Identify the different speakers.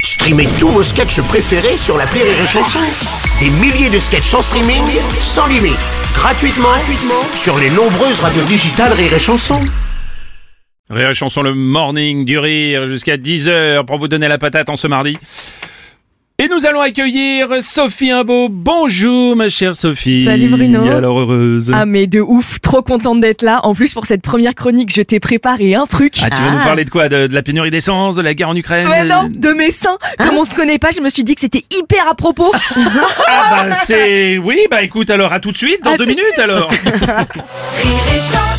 Speaker 1: Streamez tous vos sketchs préférés sur la Rire et Chanson. Des milliers de sketchs en streaming, sans limite, gratuitement, gratuitement sur les nombreuses radios digitales Rire et Chanson.
Speaker 2: Rire et chanson le morning du rire jusqu'à 10h pour vous donner la patate en ce mardi. Et nous allons accueillir Sophie Imbeau. Bonjour ma chère Sophie.
Speaker 3: Salut, Bruno.
Speaker 2: Alors heureuse.
Speaker 3: Ah mais de ouf, trop contente d'être là. En plus pour cette première chronique, je t'ai préparé un truc.
Speaker 2: Ah, tu vas nous parler de quoi de, de la pénurie d'essence, de la guerre en Ukraine
Speaker 3: Mais non, de mes seins.
Speaker 2: Hein
Speaker 3: Comme on se connaît pas, je me suis dit que c'était hyper à propos.
Speaker 2: Ah bah c'est... Oui, bah écoute alors, à tout de suite, dans
Speaker 3: À
Speaker 2: deux
Speaker 3: tout de
Speaker 2: minutes alors.
Speaker 4: Rire et chanson.